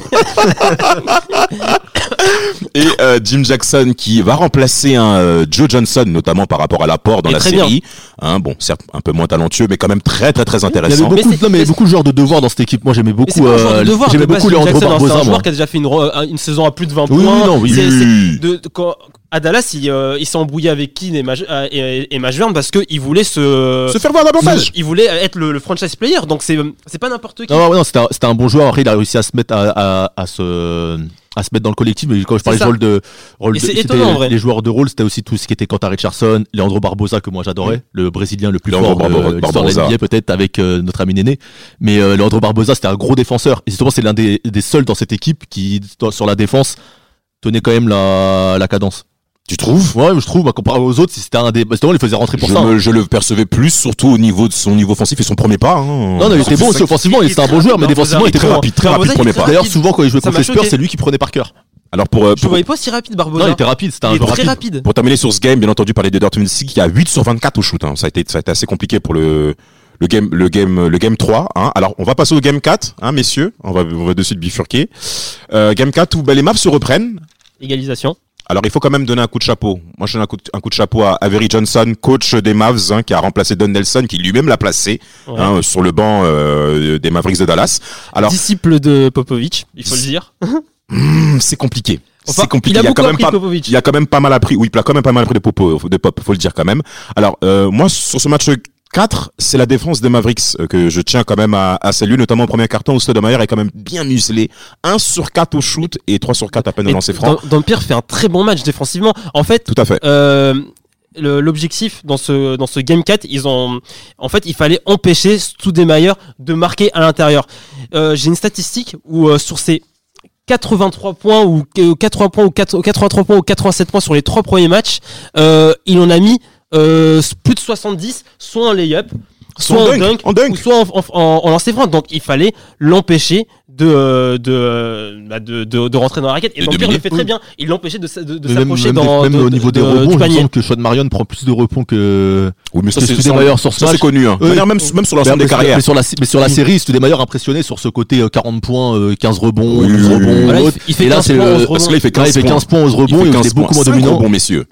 Speaker 2: Et euh, Jim Jackson qui va remplacer un euh, Joe Johnson, notamment par rapport à l'apport dans
Speaker 4: Et
Speaker 2: la
Speaker 4: très
Speaker 2: série. Hein, bon, certes un peu moins talentueux, mais quand même très très très
Speaker 3: il y avait
Speaker 2: intéressant.
Speaker 3: beaucoup,
Speaker 4: Mais c'est-
Speaker 3: non, mais
Speaker 4: mais-
Speaker 3: beaucoup de joueurs de devoir dans cette équipe. Moi, j'aimais
Speaker 4: Mais c'est
Speaker 3: beaucoup.
Speaker 4: pas un joueur de
Speaker 3: euh,
Speaker 4: devoir, de
Speaker 3: j'aimais
Speaker 4: base,
Speaker 3: beaucoup
Speaker 4: Phil
Speaker 3: Leandro
Speaker 4: Jackson, hein, C'est
Speaker 3: Barbosa.
Speaker 4: un
Speaker 3: moi.
Speaker 4: joueur qui a déjà fait une, re- une saison à plus de 20
Speaker 3: Oui, oui,
Speaker 4: points.
Speaker 3: non, oui.
Speaker 4: C'est- c'est-
Speaker 2: Oui.
Speaker 4: de, de- quand- à Dallas, il, euh, il s'est embrouillé avec Keane et, Maj- euh, et, et Mashburn parce qu'il voulait se.
Speaker 2: Se faire voir davantage.
Speaker 4: Il voulait être le, le franchise player, donc c'est c'est pas n'importe qui.
Speaker 3: Non, ouais, non, c'était un, c'était un bon joueur. Après, il a réussi à se mettre à, à, à se à se mettre dans le collectif. Mais quand je parlais
Speaker 4: C'est ça.
Speaker 3: du rôle de rôle
Speaker 4: Et
Speaker 3: de-
Speaker 4: c'est
Speaker 3: c'était
Speaker 4: étonnant, en vrai.
Speaker 3: les joueurs de rôle, c'était aussi tout ce qui était Quentin Richardson, Leandro Barbosa que moi j'adorais, le brésilien le plus
Speaker 2: Leandro
Speaker 3: fort de
Speaker 2: Barbo-
Speaker 3: l'histoire de la
Speaker 2: Barbosa.
Speaker 3: NBA, peut-être avec euh, notre ami Néné. Mais euh, Leandro Barbosa, c'était un gros défenseur. Et justement, c'est l'un des, des seuls dans cette équipe qui dans- sur la défense tenait quand même la, la cadence.
Speaker 2: Tu trouves
Speaker 3: Ouais, mais je trouve, bah, comparé aux autres, si c'était un des. bah, Justement, il les faisait rentrer pour
Speaker 2: je,
Speaker 3: ça. hein.
Speaker 2: me- je le percevais plus, surtout au niveau de son niveau offensif et son premier pas. hein.
Speaker 3: Non, non, il était
Speaker 2: Surtout
Speaker 3: bon
Speaker 2: ça
Speaker 3: aussi
Speaker 2: qui-
Speaker 3: offensivement, il était un bon joueur, mais défensivement, il était
Speaker 2: très
Speaker 3: bon. hein.
Speaker 2: rapide, très rapide premier pas.
Speaker 3: D'ailleurs, souvent, quand il jouait
Speaker 4: Ça
Speaker 3: contre
Speaker 4: m'a
Speaker 3: les Spurs,
Speaker 4: choqué.
Speaker 3: c'est lui qui prenait par cœur.
Speaker 2: Alors pour, euh,
Speaker 4: Je le
Speaker 2: pour,
Speaker 4: voyais pas aussi rapide, Barbosa.
Speaker 3: Non, il était rapide, c'était
Speaker 4: Il
Speaker 3: un
Speaker 4: est
Speaker 3: joueur
Speaker 4: très
Speaker 3: rapide.
Speaker 4: rapide.
Speaker 2: pour terminer sur ce game, bien entendu parler de Dortmund qui a 8 sur 24 au shoot. hein. Ça, a été, ça a été assez compliqué pour le, le, game, le, game, le game 3. hein. Alors on va passer au game 4, hein, messieurs. On va, on va de suite bifurquer. Euh, game 4 où bah, les maps se reprennent.
Speaker 4: Égalisation.
Speaker 2: Alors, il faut quand même donner un coup de chapeau. Moi, je donne un coup de, un coup de chapeau à Avery Johnson, coach des Mavs, hein, qui a remplacé Don Nelson, qui lui-même l'a placé
Speaker 4: Ouais.
Speaker 2: hein, sur le banc euh, des Mavericks de Dallas. Alors,
Speaker 4: Disciple de Popovic, il faut le dire.
Speaker 2: hum, c'est compliqué.
Speaker 4: Enfin,
Speaker 2: c'est compliqué.
Speaker 4: Il a
Speaker 2: quand
Speaker 4: beaucoup
Speaker 2: même
Speaker 4: appris de
Speaker 2: pas,
Speaker 4: Popovic.
Speaker 2: il a quand même pas mal appris. Oui, il a quand même pas mal appris de, popo, de pop, faut le dire quand même. Alors, euh, moi, sur ce match 4, c'est la défense des Mavericks euh, que je tiens quand même à, à saluer, notamment au premier carton où Stoudemire est quand même bien muselé. 1 sur 4 au shoot et 3 sur 4 à peine au
Speaker 4: Et
Speaker 2: lancer franc.
Speaker 4: Dan- Dampier fait un très bon match défensivement. En fait,
Speaker 2: Tout à fait.
Speaker 4: euh, le- l'objectif dans ce dans ce game 4, ils ont en fait, il fallait empêcher Stoudemire de marquer à l'intérieur. Euh, j'ai une statistique où euh, sur ces 83 points ou euh, 80 points ou 4 83 points ou 87 points sur les trois premiers matchs, euh, il en a mis euh, plus de 70 soit en layup, soit en dunk,
Speaker 2: en dunk.
Speaker 4: ou soit en, en, en- en lancer franc. Donc il fallait l'empêcher de, euh, de, euh, bah, de, de, de rentrer dans la raquette. Et
Speaker 2: De
Speaker 4: Dampier le
Speaker 2: dominer.
Speaker 4: fait très bien. Il l'empêchait de, s- de, de
Speaker 3: Mais Même,
Speaker 4: s'approcher
Speaker 3: même des-
Speaker 4: dans
Speaker 3: même
Speaker 4: de-
Speaker 3: au
Speaker 4: de-
Speaker 3: niveau des
Speaker 4: de- du
Speaker 3: rebonds, il me
Speaker 4: panier.
Speaker 3: semble que Sean Marion prend plus de rebonds que,
Speaker 2: Oui, mais
Speaker 3: que
Speaker 2: ça, c'est- ça, on-
Speaker 3: Stoudemire sur ce
Speaker 2: Ça, c'est
Speaker 3: match.
Speaker 2: connu, hein.
Speaker 3: Oui.
Speaker 2: D'ailleurs, même, même sur l'ensemble
Speaker 3: mais,
Speaker 2: des
Speaker 3: sur-
Speaker 2: carrières.
Speaker 3: mais sur la, mais sur la série, Stoudemire impressionné sur ce côté euh, 40 points, euh, 15 rebonds,
Speaker 2: Oui,
Speaker 3: 11
Speaker 2: oui, oui.
Speaker 3: rebonds.
Speaker 4: Voilà, il
Speaker 3: autre.
Speaker 4: f- il fait
Speaker 3: Et là,
Speaker 4: 15
Speaker 3: c'est
Speaker 4: points,
Speaker 3: le-
Speaker 4: 11
Speaker 2: Parce que là, il fait
Speaker 3: là,
Speaker 2: 15,
Speaker 3: il fait 15 points, 11
Speaker 2: Il
Speaker 3: rebonds,
Speaker 2: fait
Speaker 3: il
Speaker 2: 15
Speaker 3: était beaucoup
Speaker 2: points.
Speaker 3: moins
Speaker 2: Cinq
Speaker 3: dominant.
Speaker 2: rebonds, messieurs.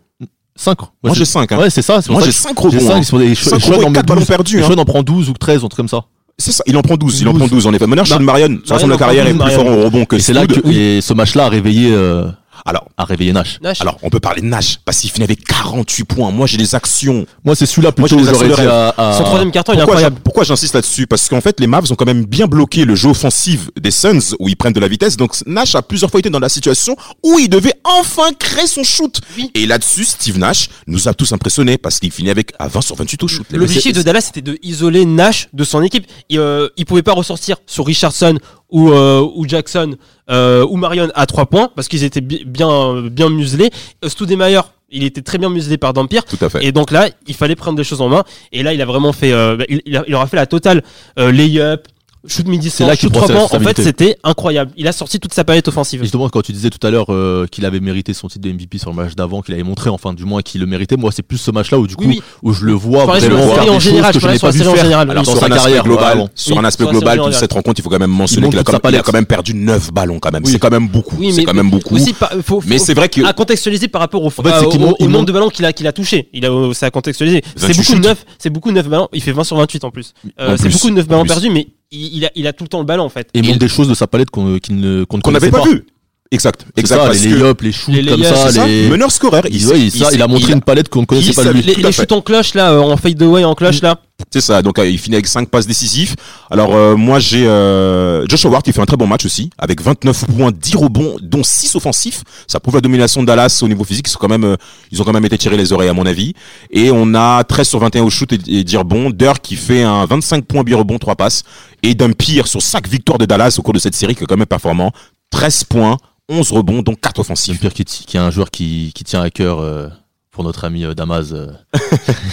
Speaker 3: 5.
Speaker 2: Moi, j'ai 5.
Speaker 3: Ouais, c'est ça. c'est pour
Speaker 2: Moi,
Speaker 3: ça
Speaker 2: j'ai
Speaker 3: que-
Speaker 2: 5
Speaker 3: j'ai
Speaker 2: rebonds.
Speaker 3: cinq,
Speaker 2: hein.
Speaker 3: ils sont des
Speaker 2: Cinq
Speaker 3: Sean
Speaker 2: rebonds
Speaker 3: en
Speaker 2: et
Speaker 3: met
Speaker 2: 4 ballons
Speaker 3: 12.
Speaker 2: perdus. hein.
Speaker 3: Sean en prend 12 ou 13, un truc comme ça.
Speaker 2: C'est ça. Il en prend 12. Il en prend
Speaker 3: 12.
Speaker 2: 12, en effet. Maintenant, Sean Marion, sur l'ensemble de la
Speaker 4: Bah,
Speaker 2: carrière,
Speaker 4: Marion,
Speaker 2: est plus
Speaker 4: Marion.
Speaker 2: fort au rebond que
Speaker 3: Et c'est là
Speaker 2: Stroud.
Speaker 3: que et ce match-là a réveillé euh,
Speaker 2: Alors,
Speaker 3: a réveillé Nash.
Speaker 4: Nash.
Speaker 2: alors, on peut parler de Nash. Parce qu'il finit avec 48 points. Moi, j'ai des actions.
Speaker 3: Moi, c'est celui-là plutôt
Speaker 2: j'ai
Speaker 3: où
Speaker 2: des
Speaker 3: j'aurais dit
Speaker 2: accélérés.
Speaker 3: à, à-
Speaker 4: Son troisième carton, il est
Speaker 2: Pourquoi
Speaker 4: incroyable.
Speaker 2: j'a- Pourquoi j'insiste là-dessus Parce qu'en fait, les Mavs ont quand même bien bloqué le jeu offensif des Suns où ils prennent de la vitesse. Donc Nash a plusieurs fois été dans la situation où il devait enfin créer son shoot. Et là-dessus, Steve Nash nous a tous impressionnés parce qu'il finit avec à 20 sur 28 au shoot. Les mecs,
Speaker 4: L'objectif
Speaker 2: c'est-
Speaker 4: de Dallas c'était de isoler Nash de son équipe. Il, euh, il pouvait pas ressortir sur Richardson ou, euh, ou Jackson euh, ou Marion à trois points parce qu'ils étaient bi- bien euh, bien muselés. Euh, Stoudemire, il était très bien muselé par Dampier.
Speaker 2: Tout à fait.
Speaker 4: Et donc là, il fallait prendre des choses en main. Et là, il a vraiment fait. euh, bah, il, il a- il aura fait la totale euh, layup, shoot midi
Speaker 3: C'est là qu'il
Speaker 4: shoot trois
Speaker 3: prend sa
Speaker 4: points. En fait,
Speaker 3: responsabilité.
Speaker 4: c'était incroyable. Il a sorti toute sa palette offensive.
Speaker 3: Justement, quand tu disais tout à l'heure euh, qu'il avait mérité son titre de MVP sur le match d'avant, qu'il avait montré enfin du moins qu'il le méritait, moi c'est plus ce match-là où du coup
Speaker 4: Oui, oui.
Speaker 3: où je le vois
Speaker 4: Je parlais sur
Speaker 3: vraiment
Speaker 4: la
Speaker 3: faire
Speaker 4: série
Speaker 3: des
Speaker 4: en général.
Speaker 3: choses que
Speaker 4: Je
Speaker 3: je n'ai
Speaker 4: parlais sur la
Speaker 3: pas vu
Speaker 4: série en
Speaker 3: faire.
Speaker 4: général.
Speaker 2: Alors,
Speaker 4: oui.
Speaker 3: dans
Speaker 2: sur un
Speaker 3: sa
Speaker 2: aspect
Speaker 3: carrière,
Speaker 2: global,
Speaker 3: vraiment.
Speaker 2: sur
Speaker 4: Oui,
Speaker 2: un aspect
Speaker 4: sur un
Speaker 2: global,
Speaker 4: aspect
Speaker 2: toute cette rencontre, il faut quand même mentionner
Speaker 3: montre
Speaker 2: qu'il a,
Speaker 3: toute
Speaker 2: quand
Speaker 3: sa
Speaker 2: même- il a
Speaker 3: palette.
Speaker 2: quand même perdu 9 ballons quand même.
Speaker 3: Oui.
Speaker 2: C'est quand même beaucoup.
Speaker 4: Oui,
Speaker 2: c'est
Speaker 4: mais-
Speaker 2: quand même beaucoup.
Speaker 4: Aussi, pas- faut- Ah,
Speaker 2: mais
Speaker 4: faut-
Speaker 2: c'est vrai que
Speaker 4: à contextualiser par rapport au,
Speaker 3: En fait, c'est
Speaker 4: euh,
Speaker 3: qu'il
Speaker 4: au-
Speaker 3: mon-
Speaker 4: au
Speaker 3: il
Speaker 4: nombre
Speaker 3: mon-
Speaker 4: de ballons qu'il a, qu'il a touché. Il a, c'est à contextualiser. C'est
Speaker 2: 28
Speaker 4: beaucoup de
Speaker 2: chutes.
Speaker 4: neuf, c'est beaucoup de neuf ballons. Il fait 20 sur 28 en plus. Euh,
Speaker 2: En
Speaker 4: c'est
Speaker 2: plus,
Speaker 4: beaucoup de neuf
Speaker 2: en
Speaker 4: ballons
Speaker 2: plus.
Speaker 4: perdus, mais il, il a, il a tout le temps le ballon en fait.
Speaker 3: Et il montre des choses de sa palette qu'on qu'on ne qu'on ne
Speaker 2: qu'on n'avait
Speaker 3: connaissait
Speaker 2: pas vu. Exact.
Speaker 3: C'est
Speaker 2: Exact.
Speaker 3: ça,
Speaker 2: parce
Speaker 3: les
Speaker 2: que-
Speaker 3: layups, les shoots
Speaker 4: les
Speaker 3: comme
Speaker 4: layups,
Speaker 3: ça,
Speaker 2: c'est ça,
Speaker 3: les
Speaker 2: meneur scoreur.
Speaker 3: il, ouais, il- ça, il a montré
Speaker 2: il-
Speaker 3: une palette qu'on ne connaissait
Speaker 2: il
Speaker 3: pas de
Speaker 2: savait-
Speaker 3: lui.
Speaker 4: Les,
Speaker 2: tout à
Speaker 4: les
Speaker 2: fait.
Speaker 4: shoots en cloche là, euh, en fadeaway en cloche là.
Speaker 2: C'est ça, donc euh, il finit avec 5 passes décisives. Alors euh, moi j'ai euh, Josh Howard qui fait un très bon match aussi, avec 29 points, 10 rebonds, dont 6 offensifs. Ça prouve la domination de Dallas au niveau physique, ils, sont quand même, euh, ils ont quand même été tirés les oreilles à mon avis. Et on a 13 sur 21 au shoot et, et 10 rebonds. Dirk qui fait un 25 points, 8 rebonds, 3 passes. Et d'un pire sur 5 victoires de Dallas au cours de cette série qui est quand même performant. 13 points, 11 rebonds, donc 4
Speaker 3: Tim
Speaker 2: offensifs.
Speaker 3: Pierre qui, qui est un joueur qui, qui tient à cœur euh, pour notre ami euh, Damas. euh.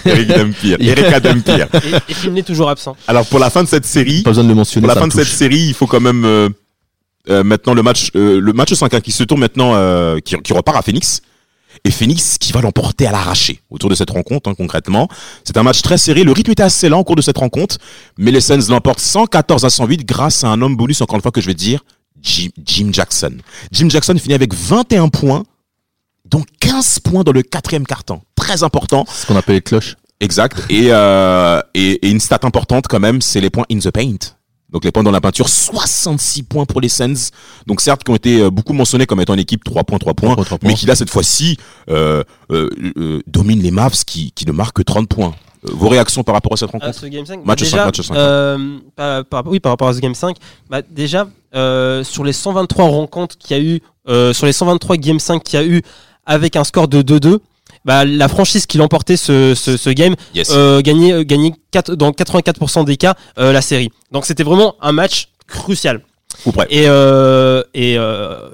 Speaker 2: Eric Dampierre, Erika Dampierre.
Speaker 4: Et, et Finley toujours absent.
Speaker 2: Alors pour la fin de cette série,
Speaker 3: Pas besoin de le mentionner.
Speaker 2: pour la
Speaker 3: ça
Speaker 2: fin
Speaker 3: me
Speaker 2: de cette
Speaker 3: touche.
Speaker 2: série, il faut quand même euh, euh, maintenant le match, euh, le match 5 hein, qui se tourne maintenant, euh, qui, qui repart à Phoenix. Et Phoenix qui va l'emporter à l'arraché autour de cette rencontre, hein, concrètement. C'est un match très serré. Le rythme était assez lent au cours de cette rencontre. Mais les Suns l'emportent 114 à 108 grâce à un homme bonus, encore une fois, que je vais dire, Jim, Jim Jackson. Jim Jackson finit avec 21 points, dont 15 points dans le quatrième carton. Très important.
Speaker 3: C'est ce qu'on appelle les cloches.
Speaker 2: Exact. Et, euh, et, et une stat importante quand même, c'est les points in the paint. Donc les points dans la peinture, 66 points pour les Suns. Donc certes, qui ont été euh, beaucoup mentionnés comme étant une équipe 3 points, 3 points,
Speaker 3: Trois points, trois points.
Speaker 2: mais qui là, cette fois-ci, euh, euh, euh, domine les Mavs qui, qui ne marquent que 30 points. Euh, vos réactions par rapport à cette
Speaker 4: à
Speaker 2: rencontre
Speaker 4: ce Euh, game 5.
Speaker 2: Match
Speaker 4: déjà,
Speaker 2: cinq, match cinq.
Speaker 4: euh, par- par- oui, par rapport à ce game 5, bah, déjà, euh, sur les 123 rencontres qu'il y a eu, euh, sur les 123 game 5 qu'il y a eu avec un score de 2-2, bah, la franchise qui l'emportait ce, ce, ce game
Speaker 2: Yes.
Speaker 4: euh, gagnait, euh, gagnait quatre- dans 84% des cas euh, la série. Donc c'était vraiment un match crucial.
Speaker 2: Ou près.
Speaker 4: Et, euh, et euh,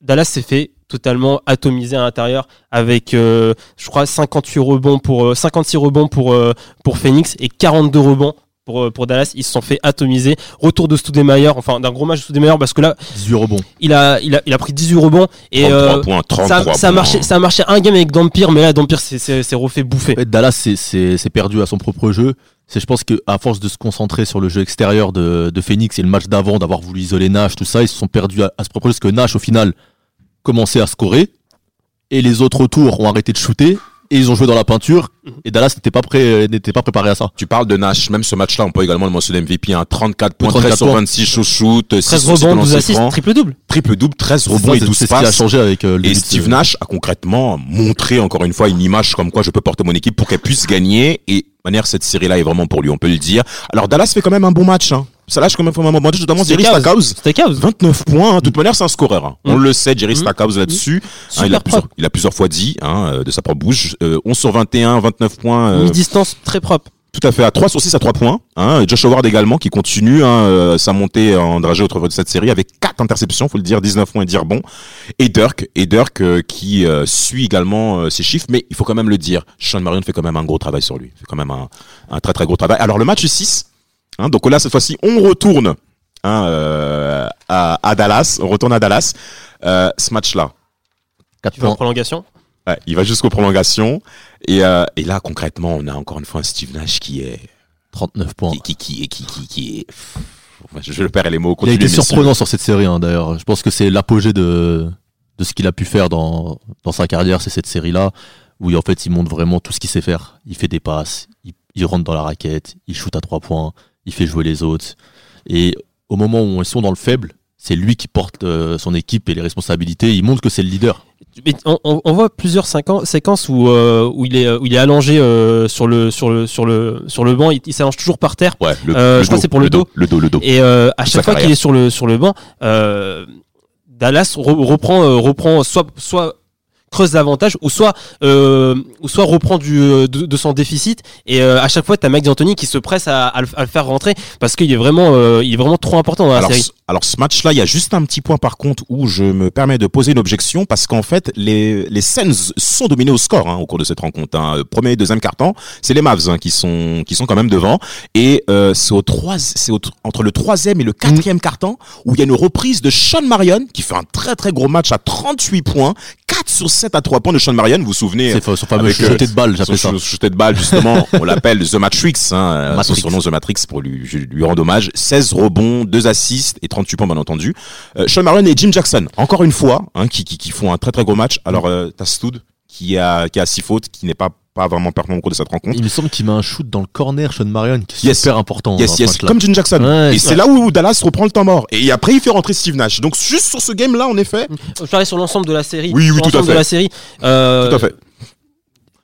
Speaker 4: Dallas s'est fait totalement atomisé à l'intérieur avec euh, je crois 58 rebonds pour euh, 56 rebonds pour euh, pour Phoenix et 42 rebonds pour, euh, pour Dallas, ils se sont fait atomiser. Retour de Studemeyer, enfin d'un gros match de Studemeyer parce que là,
Speaker 3: 18 rebonds.
Speaker 4: il a il a, il a pris 18 rebonds et
Speaker 2: 33
Speaker 4: euh,
Speaker 2: points, 33
Speaker 4: ça, ça a
Speaker 2: points.
Speaker 4: marché ça a marché un game avec Dampire mais là Dampire s'est- s'est s'est refait bouffer.
Speaker 3: En fait, Dallas c'est- c'est c'est perdu à son propre jeu. C'est je pense que à force de se concentrer sur le jeu extérieur de, de Phoenix et le match d'avant d'avoir voulu isoler Nash, tout ça, ils se sont perdus à, à ce propre jeu parce que Nash au final commençait à scorer et les autres tours ont arrêté de shooter et ils ont joué dans la peinture et Dallas n'était pas prêt n'était pas préparé à ça.
Speaker 2: Tu parles de Nash, même ce match-là, on peut également le mentionner MVP, hein, 34 points,
Speaker 3: 34
Speaker 2: 13 sur
Speaker 3: points.
Speaker 2: 26 shoot, shoot 6
Speaker 4: 13
Speaker 2: sur 6
Speaker 4: rebonds, 12
Speaker 2: lancers
Speaker 4: assists,
Speaker 2: francs,
Speaker 4: triple double.
Speaker 2: triple double, 13
Speaker 3: Ça,
Speaker 2: rebonds et
Speaker 3: c'est-
Speaker 2: 12
Speaker 3: c'est ce qui a
Speaker 2: passes.
Speaker 3: changé avec euh, le
Speaker 2: Et
Speaker 3: début de-
Speaker 2: Steve Nash a concrètement montré encore une fois une image comme quoi je peux porter mon équipe pour qu'elle puisse gagner. Et de manière, cette série-là est vraiment pour lui, on peut le dire. Alors Dallas fait quand même un bon match. Hein. Ça lâche quand même un bon match, notamment
Speaker 4: C'était
Speaker 2: Jerry
Speaker 4: Cavs.
Speaker 2: Stackhouse.
Speaker 4: C'était chaos.
Speaker 2: 29 points, hein. de toute manière, c'est un scoreur. hein. On
Speaker 4: Mm.
Speaker 2: le sait, Jerry
Speaker 4: Mm.
Speaker 2: Stackhouse là-dessus. Hein, il, a
Speaker 4: Super
Speaker 2: plusieurs,
Speaker 4: propre.
Speaker 2: il a plusieurs fois dit hein, euh, de sa propre bouche. euh, 11 sur 21, 29 points. euh,
Speaker 4: Mi-distance très propre.
Speaker 2: tout à fait à 3 sur 6 à 3 points. Hein. Et Josh Howard également qui continue hein, euh, sa montée en dragée au travers de cette série avec 4 interceptions, faut le dire, 19 points et dire bon. Et Dirk, et Dirk euh, qui euh, suit également euh, ses chiffres, mais il faut quand même le dire, Sean Marion fait quand même un gros travail sur lui. fait quand même un, un très très gros travail. Alors le match 6, hein, donc là cette fois-ci on retourne hein, euh, à, à Dallas, on retourne à Dallas. Euh, ce match-là,
Speaker 3: Quatre
Speaker 4: Tu veux en
Speaker 3: points.
Speaker 4: prolongation
Speaker 2: Ouais, il va jusqu'aux prolongations. Et, euh, et là, concrètement, on a encore une fois un Steve Nash qui est
Speaker 3: 39 points.
Speaker 2: qui, qui, qui, qui, qui, qui est. Enfin, Je, je le perds les mots.
Speaker 3: Il a
Speaker 2: Continuez,
Speaker 3: été
Speaker 2: messieurs.
Speaker 3: surprenant sur cette série hein, d'ailleurs. Je pense que c'est l'apogée de, de ce qu'il a pu faire dans, dans sa carrière, c'est cette série-là, où en fait il montre vraiment tout ce qu'il sait faire. Il fait des passes, il, il rentre dans la raquette, il shoot à trois points, il fait jouer les autres. Et au moment où ils sont dans le faible, c'est lui qui porte euh, son équipe et les responsabilités. Il montre que c'est le leader.
Speaker 4: Mais on, on- on voit plusieurs cinquan- séquences où, euh, où, il est, où il est allongé euh, sur, le, sur, le, sur, le, sur le banc, il, il s'allonge toujours par terre.
Speaker 2: Ouais, le,
Speaker 4: Euh,
Speaker 2: le
Speaker 4: je crois
Speaker 2: dos,
Speaker 4: que c'est pour le dos.
Speaker 2: Le dos, le dos.
Speaker 4: Et euh, à
Speaker 2: Sa
Speaker 4: chaque fois
Speaker 2: carrière.
Speaker 4: qu'il est sur le, sur le banc, euh, Dallas re- reprend, euh, reprend soit, soit creuse l'avantage ou soit, euh, ou soit reprend du, euh, de, de son déficit. Et euh, à chaque fois, tu as Mike D'Antoni qui se presse à, à le, à le faire rentrer parce qu'il est, vraiment, euh, il est vraiment trop important dans la
Speaker 2: Alors,
Speaker 4: série.
Speaker 2: ce- alors, ce match-là, il y a juste un petit point par contre où je me permets de poser une objection parce qu'en fait, les, les Sens sont dominés au score hein, au cours de cette rencontre. Hein. Premier et deuxième carton, c'est les Mavs hein, qui sont qui sont quand même devant et euh, c'est au trois, c'est au- entre le troisième et le
Speaker 4: Mm.
Speaker 2: quatrième carton où il y a une reprise de Sean Marion qui fait un très très gros match à 38 points, 4 sur 7 à 3 points de Sean Marion. Vous vous souvenez
Speaker 3: C'est fa- son fameux
Speaker 2: avec, euh,
Speaker 3: jeté de balle,
Speaker 2: Son
Speaker 3: j'appelle ça.
Speaker 2: ch- jeté de balle, justement, on l'appelle The Matrix, hein, son
Speaker 3: Matrix.
Speaker 2: surnom The Matrix pour lui, je lui rendre hommage. 16 rebonds, 2 assists et 38 points, bien entendu. Euh, Sean Marion et Jim Jackson, encore une fois, hein, qui, qui, qui font un très très gros match. Alors, euh, t'as Stoud qui a, qui a 6 fautes, qui n'est pas, pas vraiment performant au cours de cette rencontre.
Speaker 3: Il me semble qu'il met un shoot dans le corner, Sean Marion, qui est
Speaker 2: Yes.
Speaker 3: super important. dans
Speaker 2: Yes,
Speaker 3: ce
Speaker 2: yes,
Speaker 3: match-là.
Speaker 2: comme Jim Jackson.
Speaker 3: Ouais,
Speaker 2: et c'est là où Dallas reprend le temps mort. Et après, il fait rentrer Steve Nash. Donc, juste sur ce game-là, en effet.
Speaker 4: Je parlais sur l'ensemble de la série.
Speaker 2: Oui, oui,
Speaker 4: Sur
Speaker 2: tout à
Speaker 4: l'ensemble
Speaker 2: fait.
Speaker 4: de la série. euh,
Speaker 2: Tout à fait.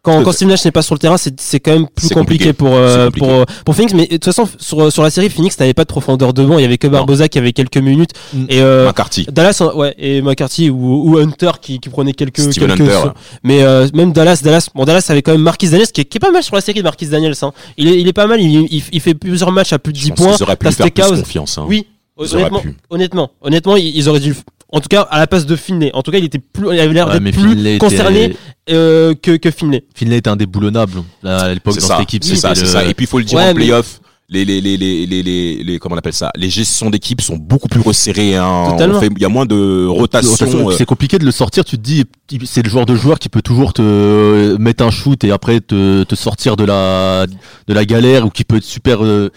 Speaker 4: Quand,
Speaker 2: Tout à
Speaker 4: quand
Speaker 2: fait.
Speaker 4: Steve Nash n'est pas sur le terrain, c'est c'est quand même plus
Speaker 2: C'est compliqué.
Speaker 4: compliqué, pour, euh,
Speaker 2: C'est compliqué.
Speaker 4: pour euh, pour Phoenix. Mais de toute façon, sur sur la série, Phoenix n'avait pas de profondeur de banc. Il y avait que Barbosa qui avait quelques minutes
Speaker 3: Mm.
Speaker 4: et euh,
Speaker 2: McCarthy.
Speaker 4: Dallas, euh, ouais, et McCarthy ou, ou Hunter qui, qui prenait quelques
Speaker 2: Steven
Speaker 4: quelques.
Speaker 2: Hunter.
Speaker 4: Mais euh, même Dallas, Dallas, bon Dallas avait quand même Marquis Daniels qui est, qui est pas mal sur la série de Marquis Daniels. Hein. Il est il est pas mal. Il, il, il fait plusieurs matchs à plus de 10
Speaker 2: Je pense
Speaker 4: points.
Speaker 2: qu'ils auraient pu
Speaker 4: T'as
Speaker 2: lui faire plus
Speaker 4: Stackhouse.
Speaker 2: confiance. hein.
Speaker 4: Oui,
Speaker 2: Ils auraient
Speaker 4: honnêtement,
Speaker 2: pu.
Speaker 4: honnêtement, honnêtement, ils ils auraient dû. le f- En tout cas, à la place de Finlay. En tout cas, il était plus, il avait l'air
Speaker 3: Ouais, mais
Speaker 4: d'être plus
Speaker 3: Finlay était-
Speaker 4: concerné euh, que que Finlay.
Speaker 3: Finlay était indéboulonnable là, à l'époque
Speaker 2: C'est
Speaker 3: dans
Speaker 2: ça,
Speaker 3: cette équipe.
Speaker 2: C'est ça,
Speaker 3: c'était
Speaker 2: c'est
Speaker 3: le-
Speaker 2: ça. Et puis il faut le dire
Speaker 4: Ouais,
Speaker 2: en
Speaker 4: mais-
Speaker 2: playoff. Les, les, les, les, les, les, les- comment on appelle ça Les gestions d'équipe sont beaucoup plus resserrées. hein.
Speaker 4: Totalement.
Speaker 2: On fait- Il y a moins de rotation.
Speaker 3: Rotation,
Speaker 2: euh,
Speaker 3: C'est compliqué de le sortir. Tu te dis, il- c'est le joueur de joueur qui peut toujours te euh, mettre un shoot et après te, te sortir de la, de la galère ou qui peut être super euh,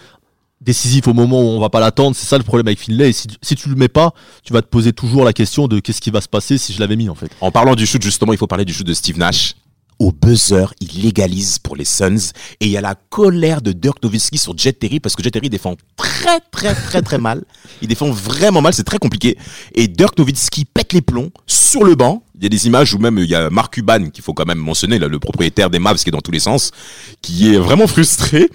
Speaker 3: décisif au moment où on va pas l'attendre. C'est ça le problème avec Finlay. Et si, si tu le mets pas, tu vas te poser toujours la question de qu'est-ce qui va se passer si je l'avais mis en fait.
Speaker 2: En parlant du shoot, justement, il faut parler du shoot de Steve Nash. Au buzzer, il légalise pour les Suns. Et il y a la colère de Dirk Nowitzki sur Jet Terry parce que Jet Terry défend très, très, très, très mal. Il défend vraiment mal, c'est très compliqué. Et Dirk Nowitzki pète les plombs sur le banc. Il y a des images où même il y a Mark Cuban, qu'il faut quand même mentionner, là, le propriétaire des Mavs qui est dans tous les sens, qui est vraiment frustré.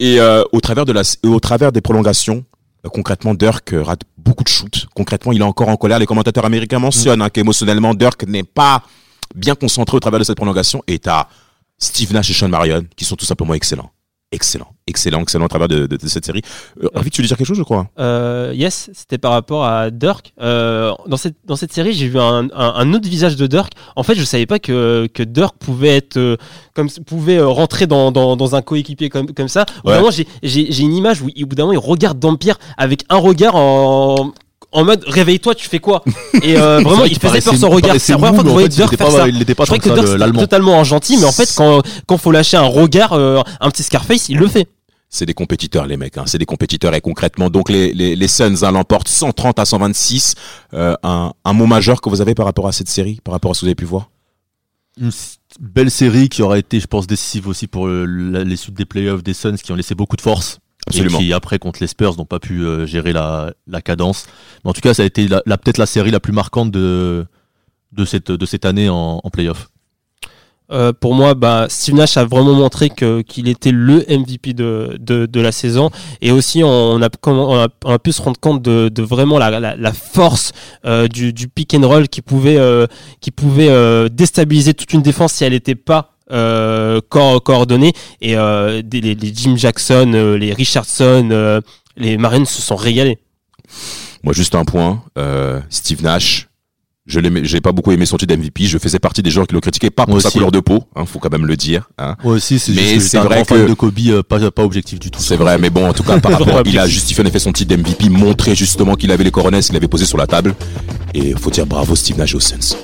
Speaker 2: Et euh, au, travers de la, au travers des prolongations, euh, Concrètement, Dirk euh, rate beaucoup de shoots. Concrètement, il est encore en colère. Les commentateurs américains mentionnent hein, qu'émotionnellement, Dirk n'est pas bien concentré au travers de cette prolongation. Et t'as Steve Nash et Sean Marion qui sont tout simplement excellents. Excellents. excellent, excellent travail de, de- de cette série. Euh, Rafik, tu veux dire quelque chose, je crois
Speaker 4: Euh, yes, c'était par rapport à Dirk. Euh, dans, cette, dans cette série, j'ai vu un, un- un autre visage de Dirk. En fait, je savais pas que, que Dirk pouvait être euh, comme pouvait euh, rentrer dans, dans, dans un coéquipier comme, comme ça. Au bout d'un
Speaker 2: Ouais.
Speaker 4: moment, j'ai- j'ai j'ai une image où il- au bout d'un moment, il regarde Dampierre avec un regard en en mode réveille-toi, tu fais quoi Et euh, vraiment, il faisait peur son regard. C'est la première fois que je voyais Dirk faire ça.
Speaker 3: Il n'était pas
Speaker 4: Je croyais
Speaker 3: comme
Speaker 4: que
Speaker 3: ça,
Speaker 4: Dirk
Speaker 3: le-
Speaker 4: c'était
Speaker 3: l'allemand.
Speaker 4: totalement en gentil, mais en fait, quand quand faut lâcher un regard, euh, un petit Scarface, il le fait.
Speaker 2: C'est des compétiteurs, les mecs. hein. C'est des compétiteurs. Et concrètement, donc les, les, les Suns hein, l'emportent 130 à 126. Euh, un, un mot majeur que vous avez par rapport à cette série, par rapport à ce que vous avez pu voir
Speaker 3: Une s- belle série qui aurait été, je pense, décisive aussi pour euh, la- les suites des playoffs des Suns qui ont laissé beaucoup de force.
Speaker 2: Absolument.
Speaker 3: Et qui, après, contre les Spurs, n'ont pas pu euh, gérer la, la cadence. Mais en tout cas, ça a été la, la- peut-être la série la plus marquante de, de, cette, de cette année en, en playoff.
Speaker 4: Euh, pour moi, bah, Steve Nash a vraiment montré que- qu'il était le MVP de, de, de la saison. Et aussi, on a, comment- on a, on a pu se rendre compte de, de vraiment la, la, la force euh, du, du pick and roll qui pouvait, euh, qui pouvait euh, déstabiliser toute une défense si elle n'était pas euh, cor- coordonnée. Et euh, des- les, les Jim Jackson, euh, les Richardson, euh, les Marines se sont régalés.
Speaker 2: Moi, juste un point. Euh, Steve Nash, je l'aimais- j'ai pas beaucoup aimé son titre d'MVP. Je faisais partie des gens qui l'ont critiqué, pas pour
Speaker 3: Moi
Speaker 2: sa
Speaker 3: aussi.
Speaker 2: couleur de peau, hein, faut quand même le dire. Hein.
Speaker 3: Moi aussi, c'est
Speaker 2: Mais
Speaker 3: juste que
Speaker 2: c'est
Speaker 3: j'étais un
Speaker 2: vrai
Speaker 3: grand fan
Speaker 2: que-
Speaker 3: de Kobe, euh, pas, pas objectif du tout.
Speaker 2: C'est vrai, mais bon, en tout cas, par rapport, il a justifié en effet son titre d'MVP, montré justement qu'il avait les coronets, qu'il avait posé sur la table. Et faut dire bravo Steve Nash aux Suns.